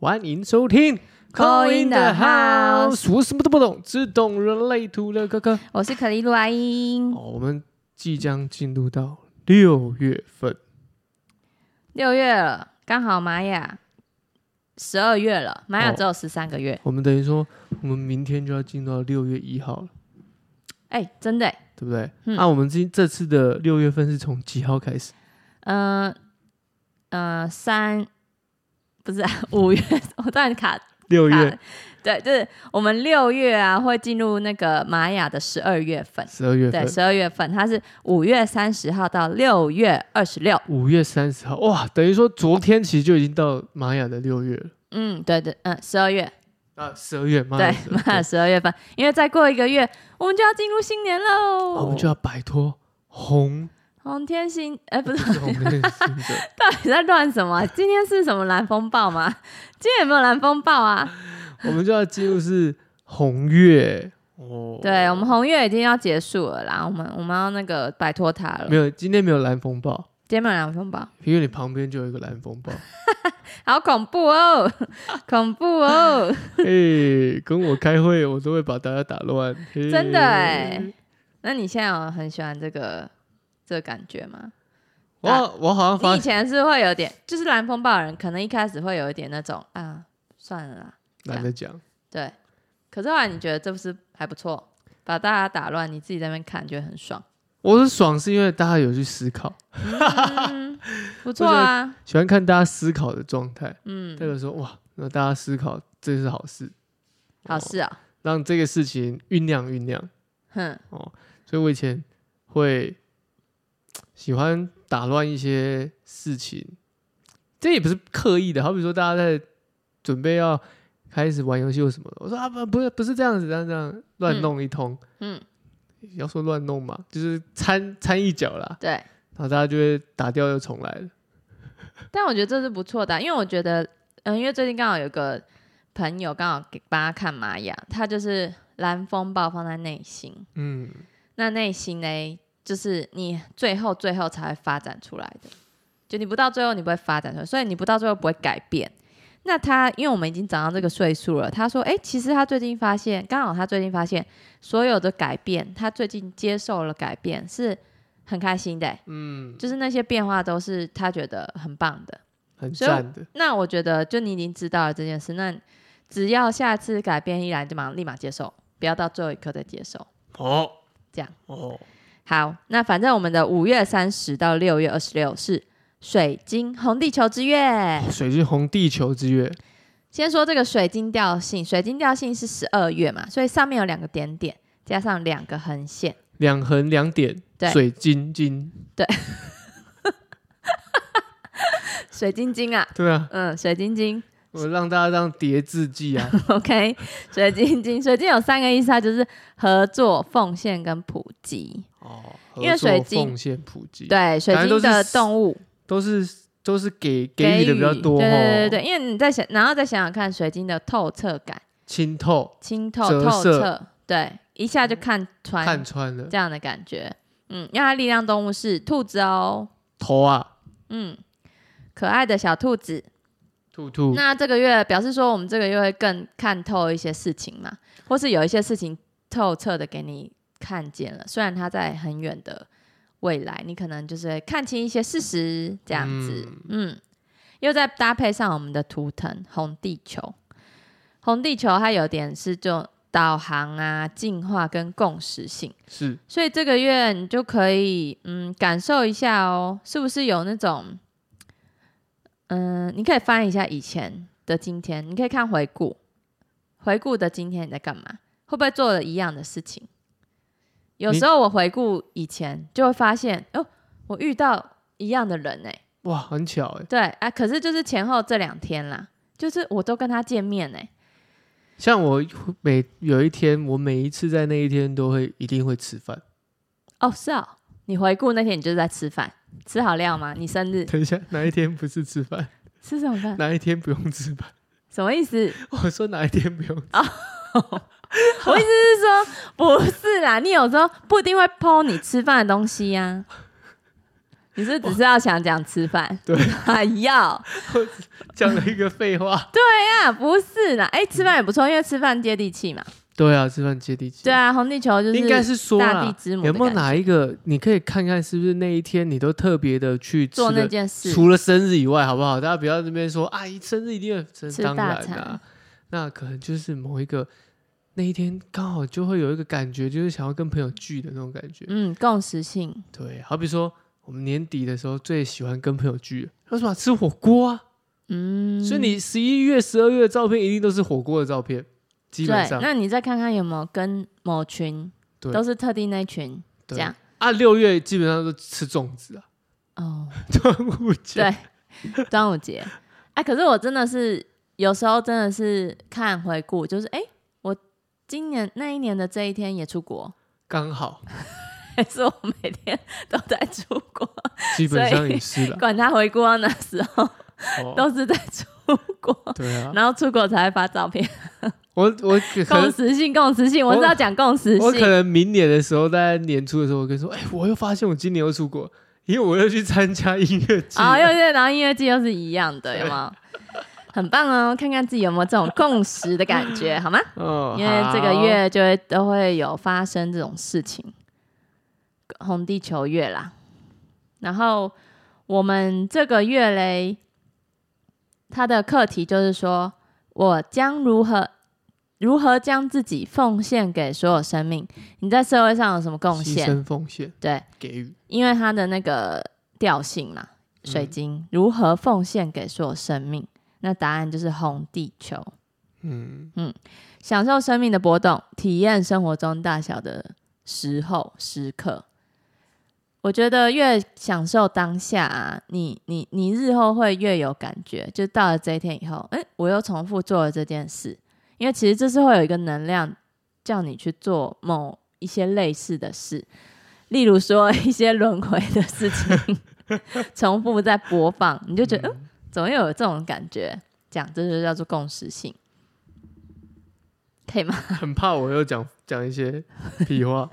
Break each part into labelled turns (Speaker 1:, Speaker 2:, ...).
Speaker 1: 欢迎收听《
Speaker 2: Call in the House》，
Speaker 1: 我什么都不懂，只懂人类图的哥哥。
Speaker 2: 我是可丽露阿英。
Speaker 1: 哦，我们即将进入到六月份，
Speaker 2: 六月了，刚好玛雅十二月了，玛雅只有十三个月。
Speaker 1: 我们等于说我们明天就要进入到六月一号了，
Speaker 2: 哎、真的、欸，
Speaker 1: 对不对？那、
Speaker 2: 嗯
Speaker 1: 我们今这次的六月份是从几号开始？
Speaker 2: 嗯、呃，三不是啊 五、月，我突然卡
Speaker 1: 六
Speaker 2: 卡
Speaker 1: 月
Speaker 2: 了。对，就是我们六月啊，会进入那个玛雅的十二月份。
Speaker 1: 十二月
Speaker 2: 对，
Speaker 1: 份，
Speaker 2: 十二月份，它是五月三十号到六月二十六。
Speaker 1: 五月三十号，哇，等于说昨天其实就已经到玛雅的六月了。
Speaker 2: 嗯，对对，嗯，十二月，
Speaker 1: 啊，十二月，玛雅
Speaker 2: 对
Speaker 1: 12，
Speaker 2: 玛雅
Speaker 1: 月，
Speaker 2: 十二月份，因为再过一个月，我们就要进入新年喽。
Speaker 1: 哦我们就要摆脱红，
Speaker 2: 红天行，哎、不
Speaker 1: 不
Speaker 2: 是
Speaker 1: 是红 的 行者。
Speaker 2: 到底在乱什么啊、今天是什么蓝风暴吗？ 今天有没有蓝风暴啊？
Speaker 1: 我们就要进入是红月哦。
Speaker 2: 对我们红月已经要结束了啦，我们我们要那个摆脱它了。
Speaker 1: 没
Speaker 2: 有，
Speaker 1: 有，今天没有蓝风暴，
Speaker 2: 今天没有蓝风暴，
Speaker 1: 因为你旁边就有一个蓝 风暴。
Speaker 2: 好恐怖哦， 恐怖哦，
Speaker 1: 嘿，跟我开会，我都会把大家打乱。嘿
Speaker 2: 真的哎。那你现在有很喜欢这个这个感觉吗？
Speaker 1: 我我好像
Speaker 2: 你
Speaker 1: 发
Speaker 2: 以前是会有点，就是蓝风暴的人，可能一开始会有一点那种啊，算了啦，
Speaker 1: 懒得讲，
Speaker 2: 对。可是后来你觉得这不是还不错，把大家打乱，你自己在那边看，觉得很爽。
Speaker 1: 我是爽是因为大家有去思考，
Speaker 2: 嗯，不错啊，
Speaker 1: 喜欢看大家思考的状态。代
Speaker 2: 嗯，
Speaker 1: 表说哇，那大家思考这是好事，
Speaker 2: 好
Speaker 1: 哦，
Speaker 2: 事啊、
Speaker 1: 让这个事情酝酿酝酿。哦
Speaker 2: 哼，
Speaker 1: 所以我以前会喜欢打乱一些事情，这也不是刻意的。好比说大家在准备要开始玩游戏或什么的，我说啊不不是不是这样子，这样这样乱弄一通，
Speaker 2: 嗯，
Speaker 1: 要说乱弄嘛，就是掺掺一脚啦，
Speaker 2: 对。
Speaker 1: 然后大家就会打掉又重来了。
Speaker 2: 但我觉得这是不错的啊、因为我觉得，嗯，因为最近刚好有个朋友刚好给帮他看玛雅，他就是蓝风暴放在内心，
Speaker 1: 嗯，
Speaker 2: 那内心呢，就是你最后最后才会发展出来的，就你不到最后你不会发展出来，所以你不到最后不会改变。那他，因为我们已经长到这个岁数了，他说，诶，其实他最近发现，刚好他最近发现，所有的改变，他最近接受了改变，是很开心的、嗯，就是那些变化都是他觉得很棒的。
Speaker 1: 很
Speaker 2: 所以
Speaker 1: 赞的。
Speaker 2: 那我觉得，就你已经知道了这件事，那只要下次改变一来，就马上立马接受，不要到最后一刻再接受。
Speaker 1: 哦，
Speaker 2: 这样
Speaker 1: 哦，
Speaker 2: 好，那反正我们的五月三十到六月二十六是水晶红地球之月。
Speaker 1: 水晶红地球之月，
Speaker 2: 先说这个水晶调性，水晶调性是十二月嘛，所以上面有两个点点，加上两个横线，
Speaker 1: 两横两点，
Speaker 2: 对
Speaker 1: 水晶晶，
Speaker 2: 水晶晶啊，
Speaker 1: 对啊，
Speaker 2: 嗯，水晶晶
Speaker 1: 我让大家当叠字记啊，
Speaker 2: ，OK，水晶晶，水晶有三个意思，它啊就是合作、奉献跟普及。
Speaker 1: 哦，
Speaker 2: 因为水
Speaker 1: 合作
Speaker 2: 晶
Speaker 1: 奉献普及，
Speaker 2: 对，水
Speaker 1: 反正都
Speaker 2: 晶
Speaker 1: 是
Speaker 2: 的动物
Speaker 1: 都是都是给给予的比较多，
Speaker 2: 对对对
Speaker 1: 吼
Speaker 2: 对，因为你再想，然后再想想看，水晶的透彻感、
Speaker 1: 清透
Speaker 2: 清透、
Speaker 1: 折射嗯
Speaker 2: 透彻，对，一下就看穿
Speaker 1: 看穿了
Speaker 2: 这样的感觉。嗯，因为它力量动物是兔子哦，
Speaker 1: 头啊，
Speaker 2: 嗯，可爱的小兔子。
Speaker 1: 兔兔，
Speaker 2: 那这个月表示说，我们这个月会更看透一些事情嘛，或是有一些事情透彻的给你看见了，虽然它在很远的未来，你可能就是会看清一些事实这样子。嗯又再搭配上我们的图腾红地球，红地球它有点是这种导航啊、进化跟共识性。
Speaker 1: 是
Speaker 2: 所以这个月你就可以嗯感受一下哦，是不是有那种嗯，你可以翻一下以前的今天，你可以看回顾，回顾的今天你在干嘛，会不会做了一样的事情？有时候我回顾以前，就会发现哦，我遇到一样的人哎、
Speaker 1: 哇，很巧哎，
Speaker 2: 对啊，可是就是前后这两天啦，就是我都跟他见面哎、
Speaker 1: 像我每有一天，我每一次在那一天都会一定会吃饭，
Speaker 2: 哦是哦，你回顾那天你就是在吃饭，吃好料吗？你生日
Speaker 1: 等一下哪一天不是吃 饭，
Speaker 2: 吃什么饭？
Speaker 1: 哪一天不用吃饭，
Speaker 2: 什么意思？
Speaker 1: 我说哪一天不用，
Speaker 2: 我意思是说，不是啦，你有时候不一定会剖你吃饭的东西呀、你是不是只是要想讲吃饭？ 哎
Speaker 1: 对，
Speaker 2: 还要
Speaker 1: 讲了一个废 话。
Speaker 2: 啊？不是啦，哎、吃饭也不错，因为吃饭接地气嘛。
Speaker 1: 对啊，吃饭接地气。
Speaker 2: 对啊，红地球就是
Speaker 1: 应该是说
Speaker 2: 大地
Speaker 1: 啦，
Speaker 2: 之母的
Speaker 1: 有没有
Speaker 2: 感觉
Speaker 1: 哪一个你可以看看是不是那一天你都特别的去吃
Speaker 2: 做那
Speaker 1: 的？
Speaker 2: 件事，
Speaker 1: 除了生日以外，好不好？大家不要这边说啊，生日一定要生，
Speaker 2: 吃
Speaker 1: 当
Speaker 2: 大
Speaker 1: 然啦、
Speaker 2: 餐
Speaker 1: 那可能就是某一个那一天刚好就会有一个感觉，就是想要跟朋友聚的那种感觉。
Speaker 2: 嗯，共识性，
Speaker 1: 对，好比说我们年底的时候最喜欢跟朋友聚了，为什么吃火锅啊？
Speaker 2: 嗯，
Speaker 1: 所以你十一月、十二月的照片一定都是火锅的照片，基本
Speaker 2: 对，
Speaker 1: 上
Speaker 2: 那你再看看有没有跟某群，
Speaker 1: 对
Speaker 2: 都是特定那群这
Speaker 1: 对
Speaker 2: 样
Speaker 1: 啊。六月基本上都吃粽子啊，
Speaker 2: 哦，
Speaker 1: 端午节。
Speaker 2: 对，端午节，哎，可是我真的是有时候真的是看回顾，就是哎、我今年那一年的这一天也出国，
Speaker 1: 刚好，
Speaker 2: 还是我每天都在出国，
Speaker 1: 基本
Speaker 2: 所
Speaker 1: 上
Speaker 2: 以
Speaker 1: 也是 了。
Speaker 2: 管他回顾到哪时候，
Speaker 1: 哦、
Speaker 2: 都是在出国。
Speaker 1: 对啊，
Speaker 2: 然后出国才会发照片，
Speaker 1: 我我可可
Speaker 2: 共
Speaker 1: 能
Speaker 2: 识性，共识性，我是要讲共识
Speaker 1: 我可
Speaker 2: 性。哦
Speaker 1: 能明年的时候，大概年初的时候，我跟你说，哎、我又发现我今年又出国，因为我又去参加音乐季
Speaker 2: 啊，
Speaker 1: 了。
Speaker 2: 又对，然后音乐季又是一样的，
Speaker 1: 对
Speaker 2: 有没有？很棒哦，看看自己有没有这种共识的感 觉，好吗？
Speaker 1: 哦
Speaker 2: 因为这个
Speaker 1: 好
Speaker 2: 月就会都会有发生这种事情，红地球月啦。然后我们这个月嘞，它的课题就是说，我将如何如何将自己奉献给所有生命。你在社会上有什么贡
Speaker 1: 牺
Speaker 2: 献？
Speaker 1: 牲奉献
Speaker 2: 对，
Speaker 1: 给予，
Speaker 2: 因为它的那个调性嘛，水
Speaker 1: 嗯
Speaker 2: 晶、如何奉献给所有生命？那答案就是红地球。
Speaker 1: 嗯，
Speaker 2: 享受生命的波动，体验生活中大小的时候时刻。我觉得越享受当下、啊，你你你日后会越有感觉。就到了这一天以后，哎，我又重复做了这件事，因为其实这是会有一个能量叫你去做某一些类似的事，例如说一些轮回的事情， 重复在播放，你就觉得、嗯、怎么又有这种感觉？这样这就叫做共识性，可以吗？
Speaker 1: 很怕我又讲讲一些屁 话。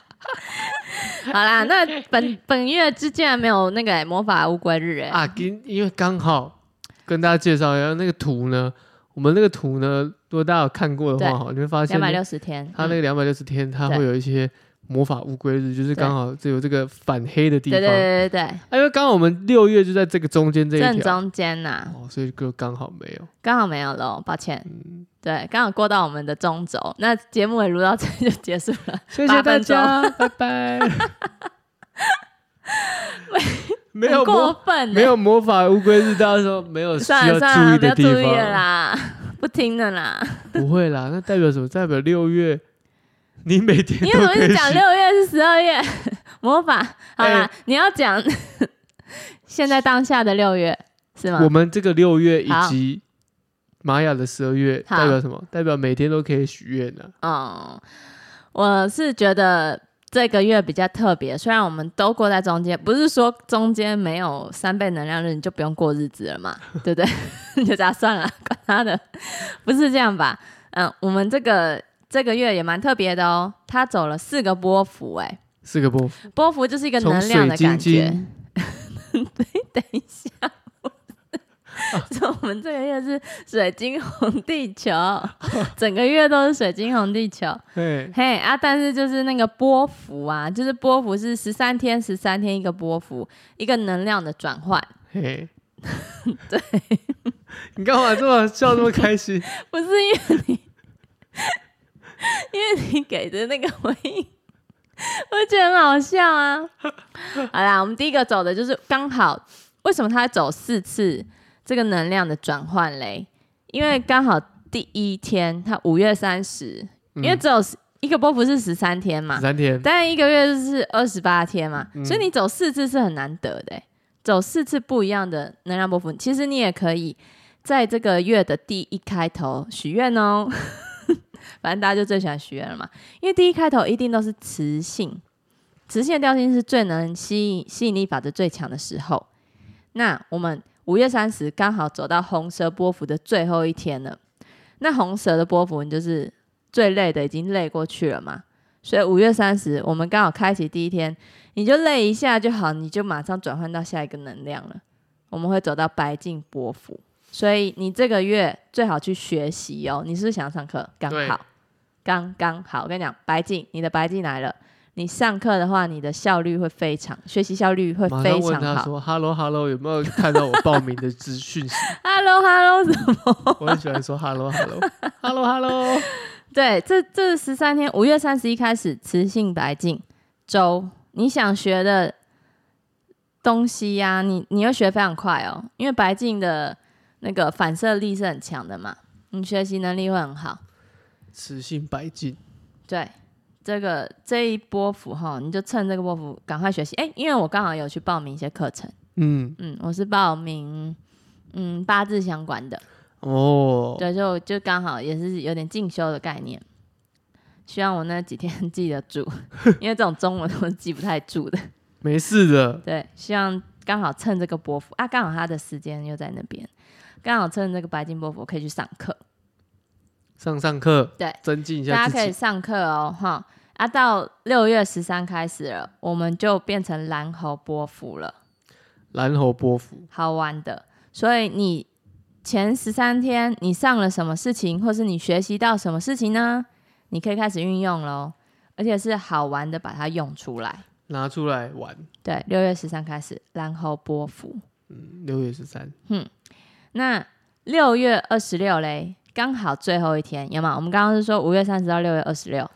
Speaker 2: 好啦，那本 本月之竟然没有那个、欸魔法乌龟日哎、
Speaker 1: 啊，因因为刚好跟大家介绍一下那个图呢，我们那个图呢，如果大家有看过的
Speaker 2: 对
Speaker 1: 话，哈，你会发现
Speaker 2: 两百六十天，
Speaker 1: 它那
Speaker 2: 嗯
Speaker 1: 个两百六十天，它
Speaker 2: 对
Speaker 1: 会有一些魔法乌龟日，就是刚好只有这个反黑的地
Speaker 2: 对
Speaker 1: 方。
Speaker 2: 对对对对
Speaker 1: 啊因为刚好我们六月就在这个中间这
Speaker 2: 对，
Speaker 1: 一
Speaker 2: 正
Speaker 1: 条，
Speaker 2: 中间呐、
Speaker 1: 哦，所以就刚好没有。
Speaker 2: 刚好没有喽，抱歉，
Speaker 1: 嗯，
Speaker 2: 对，刚好过到我们的中轴，那节目也录到这就结束了，
Speaker 1: 谢
Speaker 2: 八
Speaker 1: 谢大
Speaker 2: 分钟
Speaker 1: 家，拜 拜。没有
Speaker 2: 很过
Speaker 1: 魔，
Speaker 2: 分、欸，
Speaker 1: 没有魔法乌龟日，大家说没有需
Speaker 2: 算
Speaker 1: 要
Speaker 2: 了算
Speaker 1: 注
Speaker 2: 了，
Speaker 1: 意
Speaker 2: 不
Speaker 1: 的
Speaker 2: 要
Speaker 1: 地
Speaker 2: 注意了
Speaker 1: 方。
Speaker 2: 啦， 不听 了啦，
Speaker 1: 不会啦，那代表什么？代表六月，你每天
Speaker 2: 你为
Speaker 1: 都
Speaker 2: 什么
Speaker 1: 可
Speaker 2: 一
Speaker 1: 以
Speaker 2: 直讲
Speaker 1: 去
Speaker 2: 六月是十二月 魔法？好啦，
Speaker 1: 哎
Speaker 2: 你要讲 现在当下的六月是吗
Speaker 1: 我？们这个六月以
Speaker 2: 好
Speaker 1: 及玛雅的十二月
Speaker 2: 好
Speaker 1: 代表什么？代表每天都可以许愿啊呢。
Speaker 2: 嗯，我是觉得这个月比较特别，虽然我们都过在中间，不是说中间没有三倍能量日你就不用过日子了 嘛，对不对？ 你就这样算了，管他的，不是这样吧？嗯，我们这个这个月也蛮特别的哦，它走了四个波幅、哎，
Speaker 1: 四个波，
Speaker 2: 波幅就是一个
Speaker 1: 从
Speaker 2: 能量
Speaker 1: 水
Speaker 2: 的
Speaker 1: 晶
Speaker 2: 感觉。
Speaker 1: 晶
Speaker 2: 等一下。所以 我们这个月是水晶红地球，整个月都是水晶红地球。
Speaker 1: 对，
Speaker 2: 嘿啊，但是就是那个波幅啊，就是波幅是十三天，十三天一个波幅，一个能量的转换，
Speaker 1: 嘿，对， 你干嘛这么笑这么开 心？
Speaker 2: 不是因为你，因为你给的那个回应，我觉得很好笑啊。好啦，我们第一个走的就是刚好，为什么他走四次这个能量的转换嘞？因为刚好第一天他五月三十、
Speaker 1: 嗯
Speaker 2: 因为只有一个波幅是十三天嘛，
Speaker 1: 三天，
Speaker 2: 但一个月就是二十八天嘛，
Speaker 1: 嗯
Speaker 2: 所以你走四次是很难得的欸、走四次不一样的能量波幅，其实你也可以在这个月的第一开头许愿哦。 反正大家就最喜欢许愿了嘛，因为第一开头一定都是磁性，磁性的调性是最能吸引吸引力法则最强的时候。那我们五月三十刚好走到红蛇波幅的最后一天了，那红蛇的波幅你就是最累的，已经累过去了嘛。所以五月三十，我们刚好开启第一天，你就累一下就好，你就马上转换到下一个能量了。我们会走到白净波幅，所以你这个月最好去学习哦。你是不是想上课？刚
Speaker 1: 对
Speaker 2: 好，刚刚好。我跟你讲，白净，你的白净来了。你上课的话，你的效率会非常，学习效率会
Speaker 1: 马
Speaker 2: 非
Speaker 1: 上问
Speaker 2: 常
Speaker 1: 他
Speaker 2: 好。
Speaker 1: 说：“Hello Hello，有没有看到我报名的资讯息？”
Speaker 2: Hello Hello，
Speaker 1: 我很喜欢说 “Hello Hello Hello Hello”。
Speaker 2: 对，这这十三天，五月三十一开始，雌性白净周，你想学的东西呀、你你会学非常快哦，因为白净的那个反射力是很强的嘛，你学习能力会很好。
Speaker 1: 雌性白净，
Speaker 2: 对，这个这一波幅哈，你就趁这个波幅赶快学习。哎，因为我刚好有去报名一些课程，
Speaker 1: 嗯，
Speaker 2: 嗯，我是报名嗯八字相关的，
Speaker 1: 哦，
Speaker 2: 对，就就刚好也是有点进修的概念，希望我那几天 记得住，因为这种中文我是记不太住的。
Speaker 1: 没事的，
Speaker 2: 对，希望刚好趁这个波幅啊，刚好他的时间又在那边，刚好趁这个白金波幅可以去上课，
Speaker 1: 上上课，
Speaker 2: 对，
Speaker 1: 增进一
Speaker 2: 大
Speaker 1: 下
Speaker 2: 家可
Speaker 1: 自
Speaker 2: 以
Speaker 1: 己。
Speaker 2: 上课哦，哈。啊，到六月十三开始了，我们就变成蓝猴波幅了。
Speaker 1: 蓝猴波幅，
Speaker 2: 好玩的。所以你前十三天你上了什么事情，或是你学习到什么事情呢？你可以开始运用喽，而且是好玩的，把它用出来。
Speaker 1: 拿出来玩。
Speaker 2: 对，六月十三开始，然后波幅。
Speaker 1: 嗯，六月十三，
Speaker 2: 那六月二十六嘞，刚好最后一天，有吗？我们刚刚是说五月三十到六月二十六，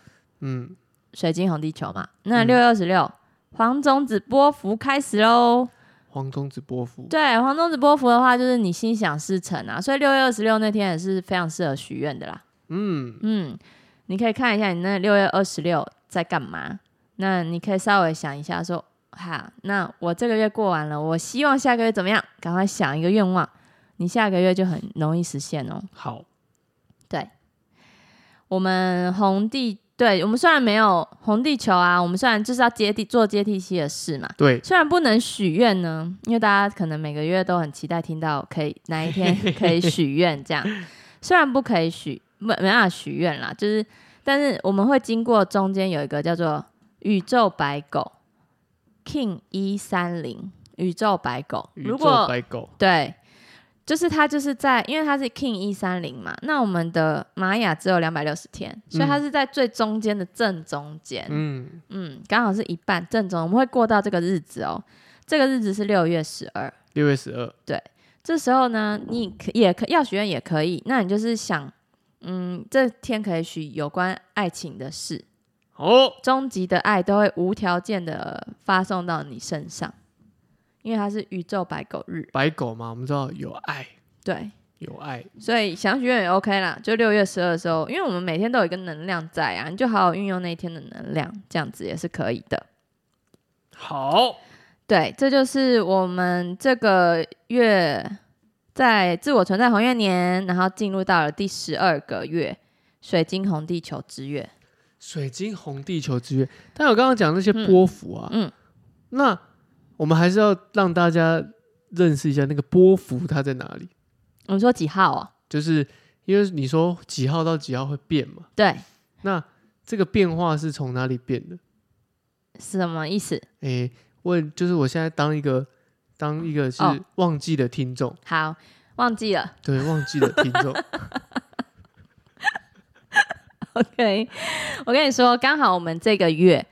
Speaker 1: 嗯，
Speaker 2: 水晶红地球嘛。那
Speaker 1: 嗯
Speaker 2: 六月二十六，黄种子波幅开始喽。
Speaker 1: 黄中子波幅，
Speaker 2: 对，黄种子波幅的话，就是你心想事成啊，所以六月二十六那天也是非常适合许愿的啦。
Speaker 1: 嗯，
Speaker 2: 嗯，你可以看一下你那六月二十六在干嘛。那你可以稍微想一下说，哈，那我这个月过完了，我希望下个月怎么样？赶快想一个愿望，你下个月就很容易实现哦。
Speaker 1: 好，
Speaker 2: 我们红地，对我们虽然没有红地球啊，我们虽然就是要接地做接地气的事嘛，
Speaker 1: 对，
Speaker 2: 虽然不能许愿呢，因为大家可能每个月都很期待听到可以哪 一天可以许愿这样，虽然不可以许没没办法许愿啦，就是但是我们会经过中间有一个叫做宇宙白狗 King 一三零宇宙白狗，
Speaker 1: 宇
Speaker 2: 如
Speaker 1: 宙
Speaker 2: 果
Speaker 1: 白狗，
Speaker 2: 对，就是它就是在，因为它是 King 一三零嘛，那我们的玛雅只有两百六十天，所以它是在最中间的正中间，
Speaker 1: 嗯，
Speaker 2: 嗯，刚好是一半正中，我们会过到这个日子哦。这个日子是六月十二，
Speaker 1: 六月十二，
Speaker 2: 这时候呢，你可也可要许愿也可以，那你就是想，嗯，这天可以许有关爱情的事，
Speaker 1: 哦，
Speaker 2: 终极的爱都会无条件的发送到你身上，因为它是宇宙白狗日，
Speaker 1: 白狗嘛，我们知道有爱，
Speaker 2: 对，
Speaker 1: 有爱，
Speaker 2: 所以想许愿也 OK 啦。就六月十二的时候，因为我们每天都有一个能量在啊，你就好好运用那一天的能量，这样子也是可以的。
Speaker 1: 好，
Speaker 2: 对，这就是我们这个月在自我存在红月年，然后进入到了第十二个月水晶红地球之月。
Speaker 1: 水晶红地球之月。但我刚刚讲那些波幅啊，
Speaker 2: 嗯嗯
Speaker 1: 那我们还是要让大家认识一下那个波幅它在哪里，
Speaker 2: 我们说几号哦？
Speaker 1: 就是因为你说几号到几号会变嘛，
Speaker 2: 对，
Speaker 1: 那这个变化是从哪里变的？
Speaker 2: 是什么意思？
Speaker 1: 诶、问就是我现在当一个当一个是
Speaker 2: 哦
Speaker 1: 忘记的听众，
Speaker 2: 好，忘记了。
Speaker 1: 对，忘记的听众，
Speaker 2: OK，我 跟你说，刚好我们这个月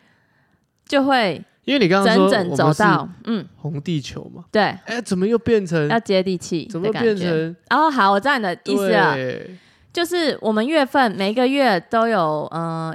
Speaker 2: 就会
Speaker 1: 因为你刚刚说
Speaker 2: 整整
Speaker 1: 我
Speaker 2: 走
Speaker 1: 们是
Speaker 2: 到，嗯，
Speaker 1: 红地球嘛，
Speaker 2: 对，
Speaker 1: 哎、怎么又变成
Speaker 2: 要接地气
Speaker 1: 怎
Speaker 2: 的
Speaker 1: 么
Speaker 2: 感
Speaker 1: 变
Speaker 2: 觉。
Speaker 1: 成
Speaker 2: 哦，好，我知道你的意思啊了。
Speaker 1: 对
Speaker 2: 就是我们月份每个月都有，嗯、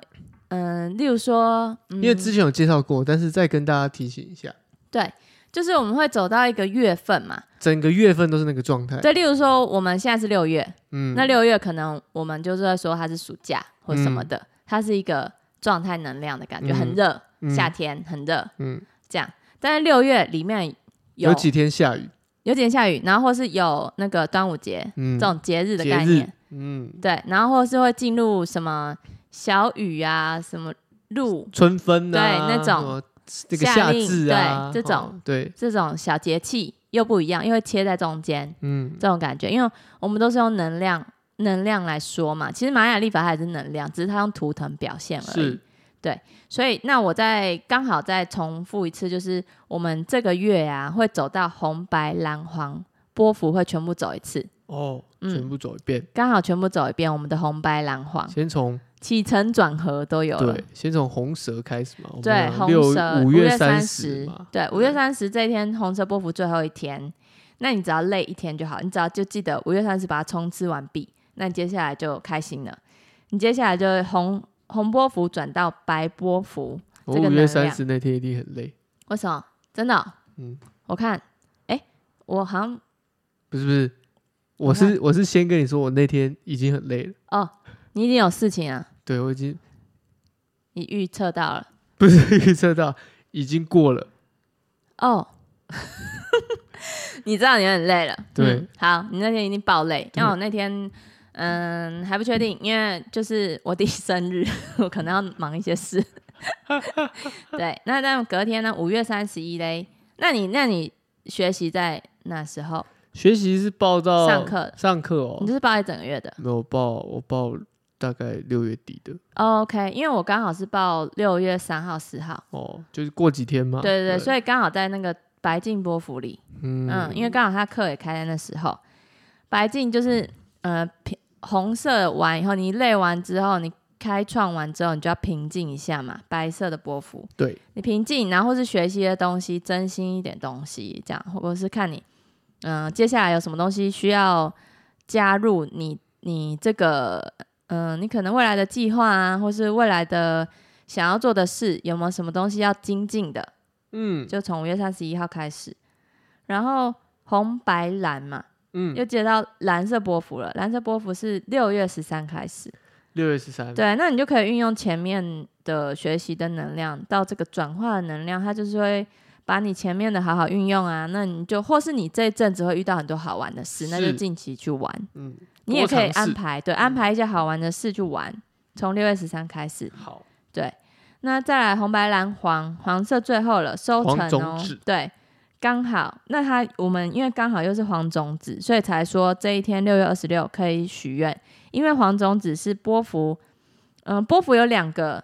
Speaker 2: 嗯、例如说，嗯、
Speaker 1: 因为之前有介绍过，但是再跟大家提醒一下，
Speaker 2: 对，就是我们会走到一个月份嘛。
Speaker 1: 整个月份都是那个状态。
Speaker 2: 对，例如说我们现在是六月，
Speaker 1: 嗯，
Speaker 2: 那六月可能我们就是会说它是暑假或什么的，它是一个状态能量的感觉，
Speaker 1: 嗯
Speaker 2: 很热，
Speaker 1: 嗯
Speaker 2: 夏天很热
Speaker 1: 嗯
Speaker 2: 这样。但是六月里面有
Speaker 1: 有几天下雨，
Speaker 2: 有几天下雨，然后或是有那个端午节、
Speaker 1: 嗯，
Speaker 2: 这种节日的
Speaker 1: 节
Speaker 2: 概
Speaker 1: 日
Speaker 2: 念，，
Speaker 1: 嗯，
Speaker 2: 对，然后或是会进入什么小雨啊，什么露
Speaker 1: 春分啊，
Speaker 2: 对那种
Speaker 1: 什么那个
Speaker 2: 夏
Speaker 1: 夏
Speaker 2: 令
Speaker 1: 至啊，
Speaker 2: 对这种
Speaker 1: 哦对，
Speaker 2: 这种小节气又不一样，因为切在中间
Speaker 1: 嗯，
Speaker 2: 这种感觉，因为我们都是用能量能量来说嘛。其实玛雅历法它也是能量，只是它用图腾表现而已
Speaker 1: 是。
Speaker 2: 所以，那我再刚好再重复一次，就是我们这个月啊，会走到红、白、蓝、黄波幅会全部走一次，
Speaker 1: 哦，
Speaker 2: 嗯
Speaker 1: 全部走一遍，
Speaker 2: 刚好全部走一遍。我们的红、白、蓝、黄
Speaker 1: 先从
Speaker 2: 起承转合都有了
Speaker 1: 对。，先从红蛇开始嘛，我们
Speaker 2: 对，
Speaker 1: 讲
Speaker 2: 红
Speaker 1: 六
Speaker 2: 蛇
Speaker 1: 五
Speaker 2: 月
Speaker 1: 三
Speaker 2: 十
Speaker 1: 嘛，，
Speaker 2: 对，五月三十这一天红蛇波幅最后一天，那你只要累一天就好，你只要就记得五月三十把它冲刺完毕，那你接下来就开心了。你接下来就红红波幅转到白波幅，
Speaker 1: 我
Speaker 2: 这个
Speaker 1: 哦五月
Speaker 2: 能
Speaker 1: 三
Speaker 2: 量
Speaker 1: 十那天一定很累，
Speaker 2: 为什么？真的哦、
Speaker 1: 嗯
Speaker 2: 我看，哎、我好像
Speaker 1: 不是不是，我
Speaker 2: 我看
Speaker 1: 是我是先跟你说，我那天已经很累了，
Speaker 2: 哦，你已经有事情啊，
Speaker 1: 对我已经
Speaker 2: 你预测到了
Speaker 1: 不是预测到，已经过了，
Speaker 2: 哦。你知道你很累了，
Speaker 1: 对
Speaker 2: 嗯好，你那天一定爆累。
Speaker 1: 对
Speaker 2: 因为我那天，嗯，还不确定，因为就是我弟生日， 我可能要忙一些事。 对，那那隔天呢？五月三十一嘞，那你那你学习在那时候？
Speaker 1: 学习是报到
Speaker 2: 上课
Speaker 1: 上课哦
Speaker 2: 你，就是报一整个月的
Speaker 1: 没有报我报大概六月底的
Speaker 2: 哦？OK，因为我刚好是报六月三号、四号，
Speaker 1: 哦，就是过几天嘛，
Speaker 2: 对对对，
Speaker 1: 以
Speaker 2: 所以刚好在那个白静波福里，嗯，因为刚好他课也开在那时候，白净就是呃平红色完以后，你累完之后，你开创完之后，你就要平静一下嘛，白色的波幅，
Speaker 1: 对
Speaker 2: 你平静，然后是学习的东西，真心一点东西，这样，或者是看你嗯、呃接下来有什么东西需要加入你你这个嗯、呃你可能未来的计划啊，或是未来的想要做的事，有没有什么东西要精进的？
Speaker 1: 嗯
Speaker 2: 就从五月三十一号开始，然后红白蓝嘛，
Speaker 1: 嗯
Speaker 2: 又接到蓝色波幅了。蓝色波幅是六月十三开始，
Speaker 1: 六月十三，
Speaker 2: 对，啊那你就可以运用前面的学习的能量到这个转化的能量，它就是会把你前面的好好运用啊。那你就或是你这一阵子会遇到很多好玩的事，那就是近期去玩，
Speaker 1: 嗯
Speaker 2: 你也
Speaker 1: 多
Speaker 2: 可以
Speaker 1: 尝试嗯
Speaker 2: 安排对安排一些好玩的事去玩，从六月十三开始。
Speaker 1: 好，
Speaker 2: 对，那再来红白蓝黄黄色最后了，收成
Speaker 1: 黄种
Speaker 2: 哦
Speaker 1: 子，
Speaker 2: 对，刚好。那它我们因为刚好又是黄种子，所以才说这一天六月二十六可以许愿，因为黄种子是波幅，嗯、波幅有两个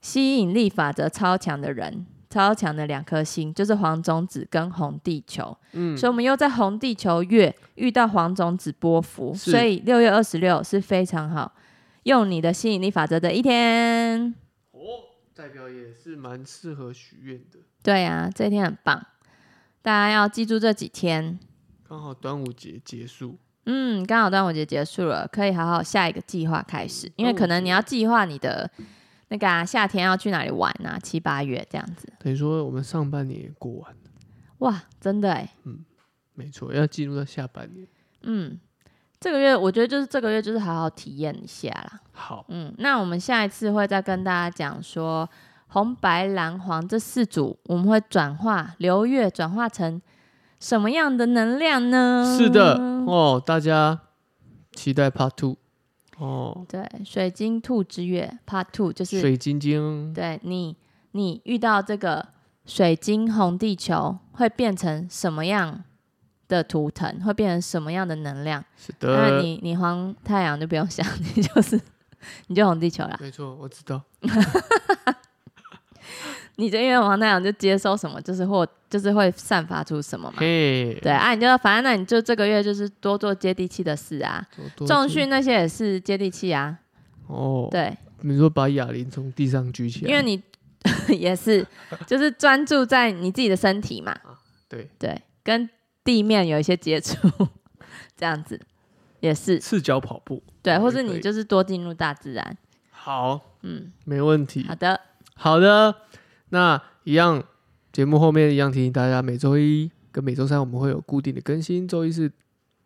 Speaker 2: 吸引力法则超强的人。超强的两颗星就是黄种子跟红地球，
Speaker 1: 嗯
Speaker 2: 所以我们又在红地球月遇到黄种子波幅，
Speaker 1: 是
Speaker 2: 所以六月二十六是非常好用你的吸引力法则的一天。
Speaker 1: 哦，代表也是蛮适合许愿的，
Speaker 2: 对啊，这一天很棒，大家要记住这几天。
Speaker 1: 刚好端午节结束，
Speaker 2: 嗯，刚好端午节结束了，可以好好下一个计划开始，
Speaker 1: 哦
Speaker 2: 因为可能你要计划你的那个、啊、夏天要去哪里玩啊，七八月这样子。
Speaker 1: 等于说我们上半年也过完了，
Speaker 2: 哇，真的哎，
Speaker 1: 没错，要进入到下半年，
Speaker 2: 嗯，这个月我觉得就是这个月就是好好体验一下啦。
Speaker 1: 好，
Speaker 2: 嗯，那我们下一次会再跟大家讲说红、白、蓝、黄这四组，我们会转化流月转化成什么样的能量呢？
Speaker 1: 是的哦，大家期待 Part Two 哦，
Speaker 2: 对，水晶兔之月 Part Two 就是
Speaker 1: 水晶晶
Speaker 2: 对你，你遇到这个水晶红地球会变成什么样的图腾，会变成什么样的能量？
Speaker 1: 是
Speaker 2: 那
Speaker 1: 的，
Speaker 2: 你你黄太阳就不用想， 你就是你就红地球啦，
Speaker 1: 没错，我知道，
Speaker 2: 你就因为黄太阳就接收什么，就是或就是会散发出什么嘛。
Speaker 1: 嘿，
Speaker 2: 对啊，你就反正那你就这个月就是多做接地气的事啊，
Speaker 1: 多，多
Speaker 2: 重
Speaker 1: 记
Speaker 2: 训那些也是接地气啊，
Speaker 1: 哦，
Speaker 2: 对。
Speaker 1: 你说把哑铃从地上举起来，
Speaker 2: 因为你 也是，就是专注在你自己的身体嘛，
Speaker 1: 啊对
Speaker 2: 对，跟地面有一些接触， 这样子也是
Speaker 1: 赤脚跑步，
Speaker 2: 对，
Speaker 1: 也
Speaker 2: 或是
Speaker 1: 可
Speaker 2: 你
Speaker 1: 以
Speaker 2: 就是多进入大自然，
Speaker 1: 好，
Speaker 2: 嗯，
Speaker 1: 没问题，
Speaker 2: 好的，
Speaker 1: 好的，那一样节目后面一样提醒大家，每周一跟每周三我们会有固定的更新，周一是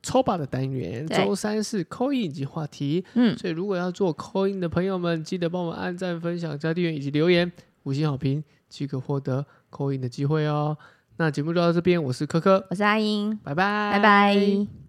Speaker 1: 抽把的单元，
Speaker 2: 对
Speaker 1: 周三是扣印以及话题。
Speaker 2: 嗯，
Speaker 1: 所以如果要做扣印的朋友们，记得帮我们按赞、分享、加订阅以及留言五星好评，即可获得扣印的机会哦。那节目就到这边，我是科科，
Speaker 2: 我是阿英，
Speaker 1: 拜拜，
Speaker 2: 拜拜